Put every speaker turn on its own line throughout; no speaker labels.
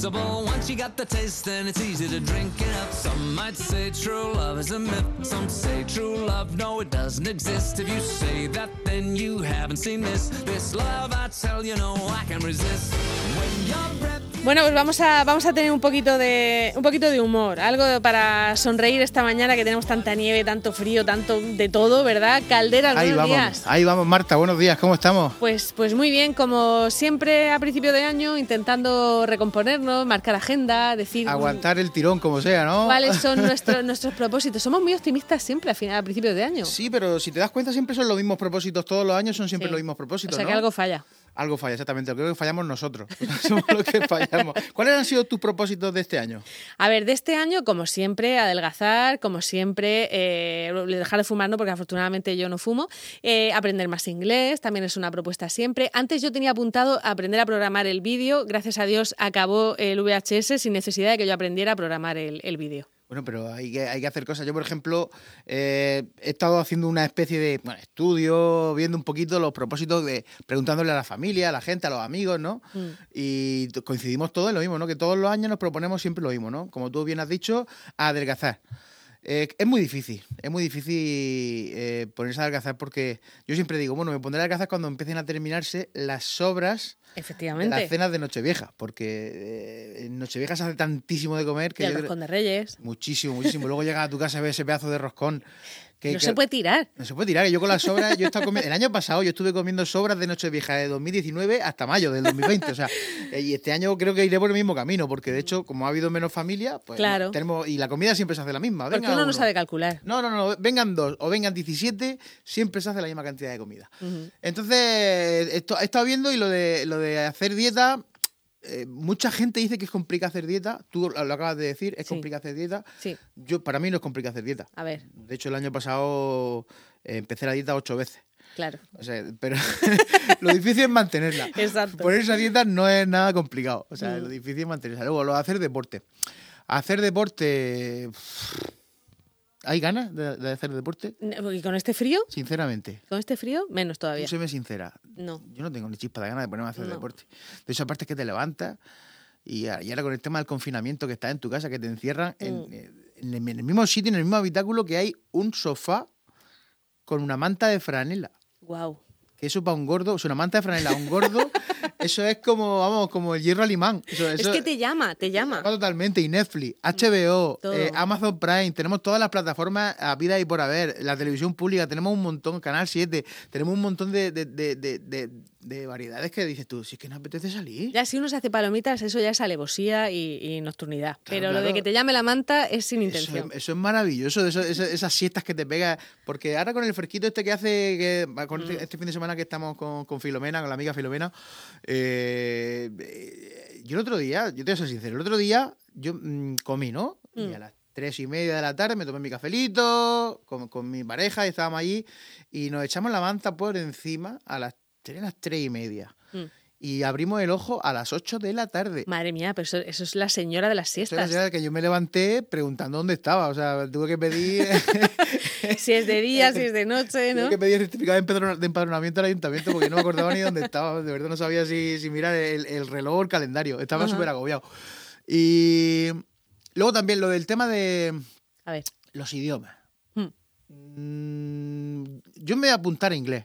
Possible. Once you got the taste, then it's easy to drink it up. Some might say true love is a myth. Some say true love, no, it doesn't exist. If you say that, then you haven't seen this. This love, I tell you, no, I can resist. When your breath
Bueno, pues vamos a, vamos a tener un poquito, de, un poquito de humor, algo para sonreír esta mañana que tenemos tanta nieve, tanto frío, tanto de todo, ¿verdad? Caldera,
Ahí
algunos
vamos,
días.
ahí vamos, Marta, buenos días, ¿cómo estamos?
Pues, pues muy bien, como siempre a principio de año, intentando recomponernos, marcar agenda, decir mm,
Aguantar el tirón como sea, ¿no?
cuáles son nuestros, nuestros propósitos. Somos muy optimistas siempre a, final, a principio de año.
Sí, pero si te das cuenta siempre son los mismos propósitos, todos los años son siempre
Sí.
los mismos propósitos,
o sea
¿no?
que algo falla.
Algo falla, exactamente, creo que fallamos nosotros, somos los que fallamos. ¿Cuáles han sido tus propósitos de este año?
A ver, de este año, como siempre, adelgazar, como siempre, eh, dejar de fumar, no, porque afortunadamente yo no fumo, eh, aprender más inglés, también es una propuesta siempre. Antes yo tenía apuntado a aprender a programar el vídeo, gracias a Dios acabó el VHS sin necesidad de que yo aprendiera a programar el, el vídeo.
Bueno, pero hay que, hay que hacer cosas. Yo, por ejemplo, eh, he estado haciendo una especie de bueno, estudio, viendo un poquito los propósitos, de preguntándole a la familia, a la gente, a los amigos, ¿no?
Mm.
Y t- coincidimos todos en lo mismo, ¿no? Que todos los años nos proponemos siempre lo mismo, ¿no? Como tú bien has dicho, adelgazar. Eh, es muy difícil, es muy difícil eh, ponerse a adelgazar porque yo siempre digo, bueno, me pondré a adelgazar cuando empiecen a terminarse las sobras de
Efectivamente.
las cenas de Nochevieja, porque eh, en Nochevieja se hace tantísimo de comer que
y el
yo creo-
roscón de Reyes.
Muchísimo, muchísimo. Luego llegas a tu casa y ves ese pedazo de roscón. Que,
no
que-
se puede tirar.
no se puede tirar. que Yo con las sobras, yo he estado comi- el año pasado yo estuve comiendo sobras de Nochevieja de 2019 hasta mayo del 2020. O sea, eh, y este año creo que iré por el mismo camino, porque de hecho, como ha habido menos familia, pues
Claro.
tenemos. Y la comida siempre se hace la misma.
Porque
venga
uno no
uno.
sabe calcular.
No, no, no, vengan dos o vengan 17, siempre se hace la misma cantidad de comida.
Ujú.
Entonces, esto, he estado viendo y lo de, lo de hacer dieta, eh, mucha gente dice que es complicado hacer dieta, tú lo lo acabas de decir, es
Sí.
complicado hacer dieta.
Sí,
Yo, para mí no es complicado hacer dieta.
a ver,
De hecho, el año pasado eh, empecé la dieta ocho veces.
claro.
O sea, pero lo difícil es mantenerla.
Exacto. Mm.
Poner esa dieta no es nada complicado. O sea, lo difícil es mantenerla. Luego, lo de hacer deporte. Hacer deporte. ¿Hay ganas de, de hacer deporte?
¿Y con este frío?
Sinceramente.
¿Con este frío? Menos todavía.
Tú séme sincera.
No.
Yo no tengo ni chispa de ganas de ponerme a hacer
No.
deporte. De hecho, aparte es que te levantas y, a- y ahora con el tema del confinamiento que estás en tu casa, que te encierran
Mm.
en, eh, en el- en el mismo sitio, en el mismo habitáculo, que hay un sofá con una manta de franela.
Wow.
Que eso para un gordo, o sea, una manta de franela, a un gordo, eso es como, vamos, como el hierro alimán. Eso-
Es
eso-
que te llama, te llama.
Totalmente, y Netflix, HBO,
Todo.
eh, Amazon Prime, tenemos todas las plataformas a vida y por haber, la televisión pública, tenemos un montón, Canal 7, tenemos un montón de, de- de- de- de- de variedades que dices tú, si es que no apetece salir.
Ya si uno se hace palomitas, eso ya es alevosía y, y nocturnidad. Pero lo de
claro.
que te llame la manta es sin
Eso,
intención.
es- eso es maravilloso, eso- eso- esas siestas que te pega, porque ahora con el fresquito este que hace, que, con este, este fin de semana que estamos con, con Filomena, con la amiga Filomena, eh, eh, yo el otro día, yo te voy a ser sincero, el otro día yo mm, comí, ¿no? Y a las tres y media de la tarde me tomé mi cafelito con, con mi pareja y estábamos allí y nos echamos la manta por encima a las tres, a las tres y media.
Mm.
Y abrimos el ojo a las 8 de la tarde.
Madre mía, pero eso, eso es la señora de las
Eso era
siestas.
señal que yo me levanté preguntando dónde estaba. O sea, tuve que pedir,
Si es de día, si es de noche,
tuve
¿no?
que pedir certificado de empadron- de empadronamiento al ayuntamiento porque no me acordaba ni dónde estaba. De verdad no sabía si, si mirar el, el reloj o el calendario. Estaba
Ajá.
súper agobiado. Y luego también lo del tema de
A ver.
los idiomas.
Mm.
Mm, Yo me voy a apuntar a inglés.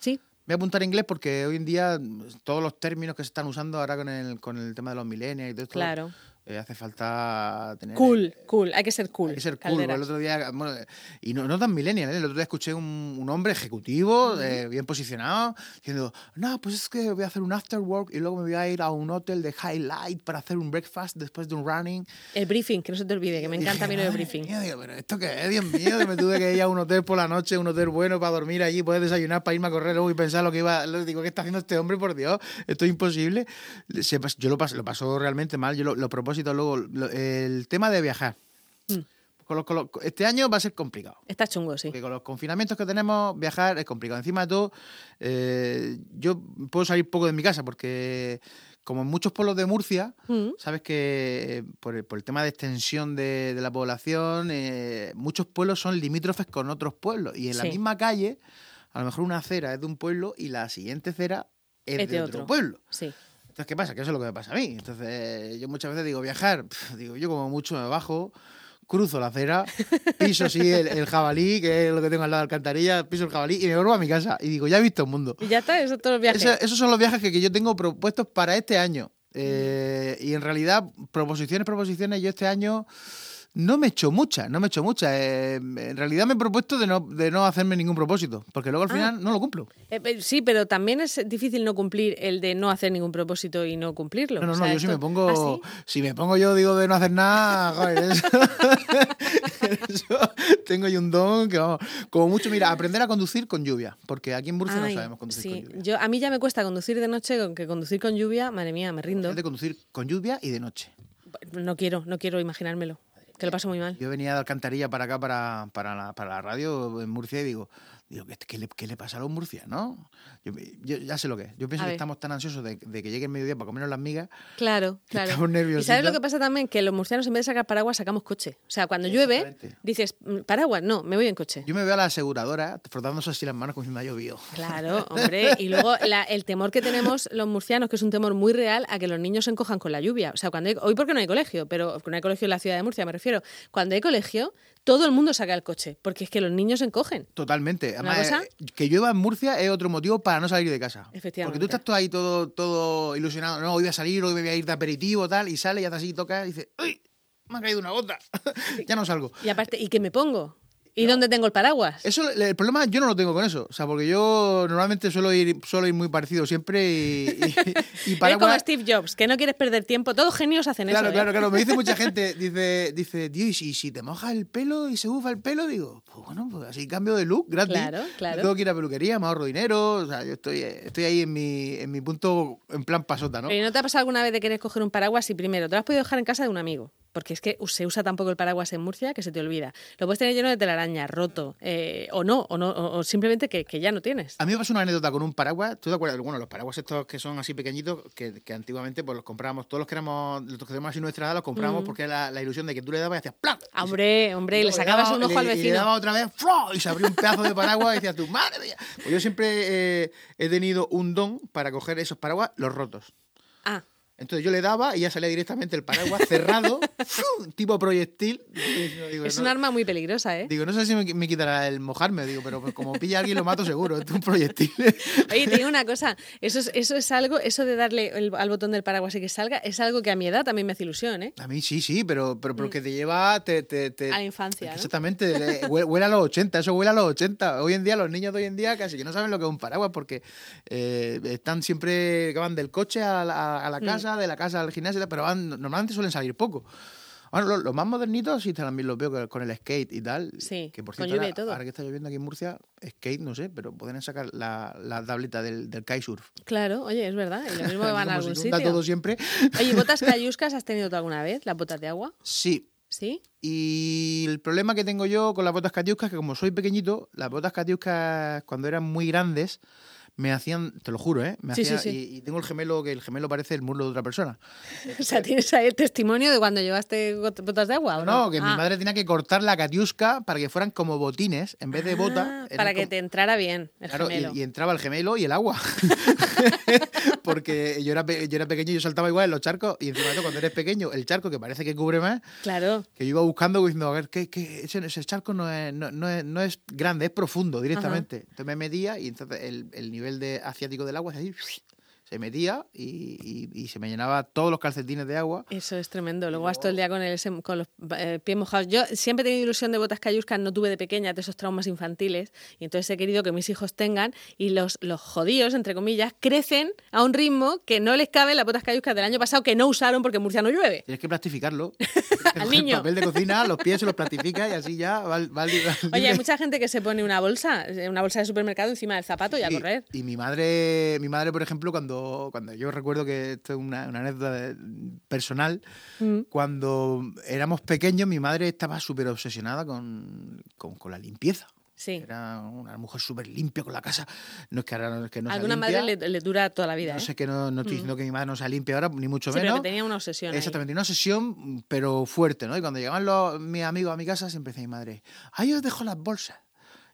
Sí,
Me voy a apuntar a inglés porque hoy en día mm, todos los términos que se están usando ahora con el, con el tema de los milenios y todo esto,
claro.
eh, hace falta tener
Cool, cool. Hay que ser cool.
Hay que ser cool.
Caldera.
El otro día, bueno, y no, no tan millennial, ¿eh? el otro día escuché un, un hombre ejecutivo, eh, bien posicionado, diciendo, no, pues es que voy a hacer un after work y luego me voy a ir a un hotel de highlight para hacer un breakfast después de un running.
El briefing, que no se te olvide, que me encanta a mí lo de briefing.
Yo digo, pero esto qué es, Dios mío, que me tuve que ir a un hotel por la noche, un hotel bueno para dormir allí, poder desayunar, para irme a correr luego y pensar lo que iba. Lo, digo, ¿qué está haciendo este hombre, por Dios? Esto es imposible. Se pas- yo lo, pas- lo paso realmente mal, yo lo, lo propósito luego. lo- el tema de viajar.
Mm.
Con los- con los- este año va a ser complicado.
Está chungo, sí.
Porque con los confinamientos que tenemos, viajar es complicado. Encima de todo, eh, yo puedo salir poco de mi casa porque, como en muchos pueblos de Murcia,
Mm.
sabes que eh, por el, por el tema de extensión de, de la población, eh, muchos pueblos son limítrofes con otros pueblos. Y en la
Sí.
misma calle, a lo mejor una acera es de un pueblo y la siguiente acera es, de, otro pueblo.
Sí.
Entonces, ¿qué pasa? Que eso es lo que me pasa a mí. Entonces, yo muchas veces digo, viajar, pf, digo, yo como mucho me bajo, cruzo la acera, piso sí el, el jabalí, que es lo que tengo al lado de la alcantarilla, piso el jabalí y me vuelvo a mi casa. Y digo, ya he visto el mundo.
Y ya está, eso es todo el viaje.
Esa- esos son los viajes que, que yo tengo propuestos para este año. Eh, y en realidad, proposiciones, proposiciones, yo este año no me he hecho muchas, no me he hecho muchas. Eh, en realidad me he propuesto de no, de no hacerme ningún propósito, porque
Ah.
luego al final no lo cumplo.
Eh, pe- sí, pero también es difícil no cumplir el de no hacer ningún propósito y no cumplirlo.
No, no,
O
no,
sea,
yo si
esto-
me pongo,
¿Ah,
si me pongo yo digo de no hacer nada, joder, eso- eso- tengo yo un don que vamos, como mucho, mira, aprender a conducir con lluvia, porque aquí en
sí?
Murcia
Ay,
no sabemos conducir
sí.
con lluvia.
Yo, a mí ya me cuesta conducir de noche, con que conducir con lluvia, madre mía, me rindo.
Es de conducir con lluvia y de noche.
No quiero, no quiero imaginármelo, que lo paso muy mal.
Yo venía de Alcantarilla para acá, para, para, la, para la radio en Murcia, y digo, digo ¿qué, qué le, qué le pasa a los murcianos? ¿no? Yo, yo ya sé lo que es. Yo pienso
A
que
ver.
estamos tan ansiosos de, de que llegue el mediodía para comernos las migas.
Claro,
Que
claro.
estamos
Y sabes lo
nerviositos.
que pasa también, que los murcianos en vez de sacar paraguas sacamos coche. O sea, cuando llueve,
Exactamente.
dices, "Mm, paraguas, no, me voy en coche.
Yo me veo a la aseguradora frotándose así las manos como si me ha llovido.
Claro, hombre. Y luego la- el temor que tenemos los murcianos, que es un temor muy real, a que los niños se encojan con la lluvia. O sea, cuando hay- hoy porque no hay colegio, pero no hay colegio en la ciudad de Murcia, me refiero. Cuando hay colegio, todo el mundo saca el coche, porque es que los niños se encogen.
Totalmente.
¿Una
Además,
cosa?
eh, que llueva en Murcia es otro motivo para no salir de casa.
Efectivamente.
Porque tú estás todo ahí todo, todo ilusionado. No, hoy voy a salir, hoy me voy a ir de aperitivo, tal, y sale y haces así, tocas y dices, ¡Uy! Me ha caído una gota. ya no salgo.
Y aparte, ¿y qué me pongo? ¿Y dónde tengo el paraguas?
Eso, le- el problema yo no lo tengo con eso. O sea, porque yo normalmente suelo ir, suelo ir muy parecido siempre y, y, y
Es como
paraguas-
Steve Jobs, que no quieres perder tiempo. Todos genios hacen
Claro,
eso. ¿eh?
claro, claro. Me dice mucha gente, dice, dice, tío, y si, si te moja el pelo y se bufa el pelo, digo, pues bueno, pues así cambio de look gratis.
Claro, claro.
No Tengo que ir a peluquería, me ahorro dinero. O sea, yo estoy, eh, estoy ahí en mi, en mi punto, en plan pasota, ¿no?
¿Pero ¿y no te ha pasado alguna vez de querer coger un paraguas y primero te lo has podido dejar en casa de un amigo? Porque es que se usa tampoco el paraguas en Murcia que se te olvida. Lo puedes tener lleno de telaraña, roto, eh, o no, o no, o, o simplemente que, que ya no tienes.
A mí me pasó una anécdota con un paraguas. ¿Tú te acuerdas? Bueno, los paraguas estos que son así pequeñitos, que, que antiguamente pues los comprábamos, todos los que éramos, los que tenemos así nuestra edad, los comprábamos porque era la, la ilusión de que tú le dabas y hacías ¡plan!
Mm. Ah, Hombre, hombre, y le
luego
sacabas
daba-
un ojo al
le- Y le
vecino.
daba otra vez ¡fro! y se abrió un pedazo de paraguas y decías tú, madre mía. Pues yo siempre eh, he tenido un don para coger esos paraguas, los rotos.
Ah,
Entonces yo le daba y ya salía directamente el paraguas cerrado, ¡fru! tipo proyectil. Digo,
es
no-
un arma muy peligrosa, ¿eh?
Digo, no sé si me, me quitará el mojarme, digo, pero pues como pilla a alguien lo mato seguro, es un proyectil.
Oye, te digo una cosa, eso es, eso es algo, eso de darle el- al botón del paraguas y que salga, es algo que a mi edad también me hace ilusión, ¿eh?
A mí sí, sí, pero, pero, pero que te lleva... Te, te- te-
Mm. A la infancia, ¿no?
Exactamente, le- eh, hue- huele a los 80, eso huele a los 80. Hoy en día los niños de hoy en día casi que no saben lo que es un paraguas porque eh, están siempre, que van del coche a la, a
Mm.
la casa, de la casa al gimnasio, y tal, pero van, normalmente suelen salir poco. Ahora, lo- los, más modernitos sí también los veo con- con el skate y tal.
Sí,
que por
con
cierto,
lluvia y
ahora,
todo.
ahora que está lloviendo aquí en Murcia, skate no sé, pero pueden sacar la, la tableta del, del kitesurf.
Claro, oye, es verdad, y lo mismo van a
Como
algún
se inunda
sitio.
todo siempre.
Oye, ¿botas cayuscas has tenido tú alguna vez? ¿Las botas de agua?
Sí,
¿Sí?
Y el problema que tengo yo con las botas catiuscas es que como soy pequeñito, las botas catiuscas cuando eran muy grandes me hacían, te lo juro, ¿eh? Me
Sí,
hacían-
sí, sí.
Y, y tengo el gemelo que el gemelo parece el muslo de otra persona.
O sea, ¿tienes ahí el testimonio de cuando llevaste got- botas de agua? ¿o
No,
no,
que
Ah,
mi madre tenía que cortar la catiusca para que fueran como botines en vez de
ah,
bota. eran
para que
como-
te entrara bien el
Claro,
gemelo.
y, y entraba el gemelo y el agua. Porque yo era, pe- yo era pequeño y yo saltaba igual en los charcos. Y encima de todo, cuando eres pequeño, el charco que parece que cubre más,
Claro.
que yo iba buscando diciendo, a ver, ¿qué, qué? Ese, ese charco no es, no, no es, no es grande, es profundo directamente. Entonces me metía y entonces el, el nivel de asiático del agua es ahí, se metía y, y- y se me llenaba todos los calcetines de agua.
Eso es tremendo. Luego vas todo el día con, el, sem- con los eh, pies mojados. Yo siempre he tenido ilusión de botas cayuscas, no tuve de pequeña de esos traumas infantiles. Y entonces he querido que mis hijos tengan. Y los, los jodidos, entre comillas, crecen a un ritmo que no les cabe las botas cayuscas del año pasado que no usaron porque en Murcia no llueve.
Tienes que plastificarlo. Tienes que
Al
coger
niño.
papel de cocina, los pies se los plastifica y así ya va, al- va al- al
Oye, hay
libre.
mucha gente que se pone una bolsa, eh, una bolsa de supermercado encima del zapato y a
Sí,
correr.
Y mi madre, mi madre, por ejemplo, cuando, cuando yo recuerdo que esto es una, una anécdota de- personal,
Mm.
cuando éramos pequeños, mi madre estaba súper obsesionada con, con- con la limpieza.
Sí.
Era una mujer súper limpia con la casa. No es que ahora no, es que no
A
sea
alguna
limpia.
madre le, le dura toda la vida.
No
¿eh?
sé que no, no estoy diciendo que mi madre no sea limpia ahora, ni mucho
Sí, pero
menos.
que tenía una obsesión. ahí.
Exactamente, una mm, sesión, pero fuerte, ¿no? Y cuando llegaban los, mis amigos a mi casa, siempre decía mi madre, ahí os dejo las bolsas.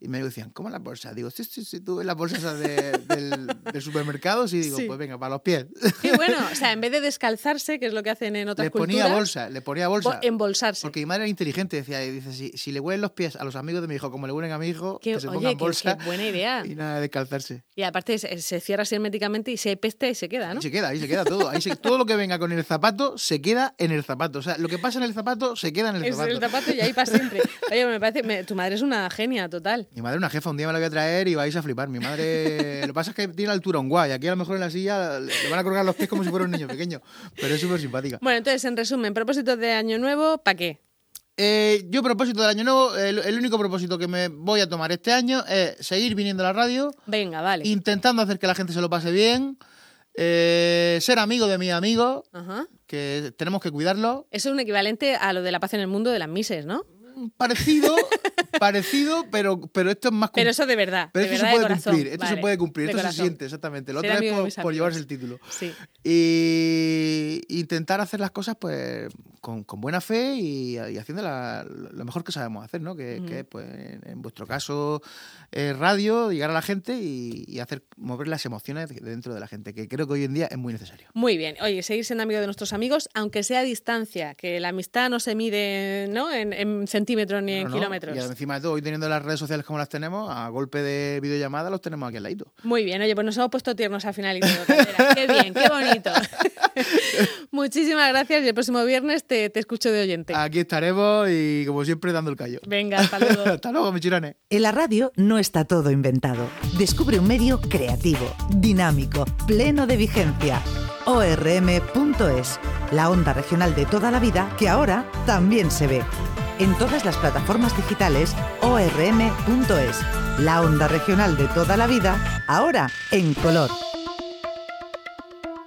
Y me decían, ¿cómo las bolsas? Digo, sí, sí, sí, tú ves las bolsas esas de- del, del supermercado. Sí, digo,
Sí.
pues venga, para los pies.
Qué bueno, o sea, en vez de descalzarse, que es lo que hacen en otras
Le ponía
culturas,
bolsa, le ponía bolsa.
bo- embolsarse.
Porque mi madre era inteligente, decía, y dice, si, si le huelen los pies a los amigos de mi hijo, como le huelen a mi hijo,
Qué-
que se
oye,
pongan
qué-
bolsa.
qué buena idea.
Y nada de calzarse.
Y aparte se, se cierra así herméticamente y se peste y se queda, ¿no?
Ahí se queda, ahí se queda todo. Ahí se- todo lo que venga con el zapato se queda en el zapato. O sea, lo que pasa en el zapato se queda en el
Es
zapato.
el zapato y ahí para siempre. Oye, me parece, me- tu madre es una genia total.
Mi madre es una jefa, un día me la voy a traer y vais a flipar. Mi madre. Lo que pasa es que tiene altura un guay. Aquí a lo mejor en la silla le le van a colgar los pies como si fuera un niño pequeño. Pero es súper simpática.
Bueno, entonces, en resumen, propósitos de año nuevo, ¿para qué?
Eh, yo, propósito del año nuevo, el, el único propósito que me voy a tomar este año es seguir viniendo a la radio,
Venga, vale.
intentando hacer que la gente se lo pase bien, eh, ser amigo de mis amigos,
Ajá.
que tenemos que cuidarlos.
Eso es un equivalente a lo de la paz en el mundo de las mises, ¿no?
Parecido, parecido, pero, pero esto es más
Pero eso de verdad.
Pero
de
esto
verdad, de
se puede
corazón.
cumplir, esto se
Vale,
puede cumplir,
de
esto se
corazón.
siente, exactamente. Lo
Ser
otro es
amigo de
por,
mis
por llevarse el
amigos.
título.
Sí.
Y intentar hacer las cosas pues con, con buena fe y, y haciendo la- lo mejor que sabemos hacer, ¿no? Que, que, pues, en, en vuestro caso, eh, radio, llegar a la gente y, y hacer mover las emociones de- dentro de la gente, que creo que hoy en día es muy necesario.
Muy bien. Oye, seguir siendo amigo de nuestros amigos, aunque sea a distancia, que la amistad no se mide ¿no? en, en centímetros ni en
No, no,
kilómetros.
Y encima de todo, hoy teniendo las redes sociales como las tenemos, a golpe de videollamada los tenemos aquí al ladito.
Muy bien, oye, pues nos hemos puesto tiernos al final y todo. Caldera. Qué bien, qué bonito. Muchísimas gracias y el próximo viernes te, te escucho de oyente.
Aquí estaremos y como siempre dando el callo.
Venga, hasta luego.
Hasta luego, michirones.
En la radio no está todo inventado. Descubre un medio creativo, dinámico, pleno de vigencia. ORM.es, la onda regional de toda la vida que ahora también se ve. En todas las plataformas digitales, ORM.es, la onda regional de toda la vida, ahora en color.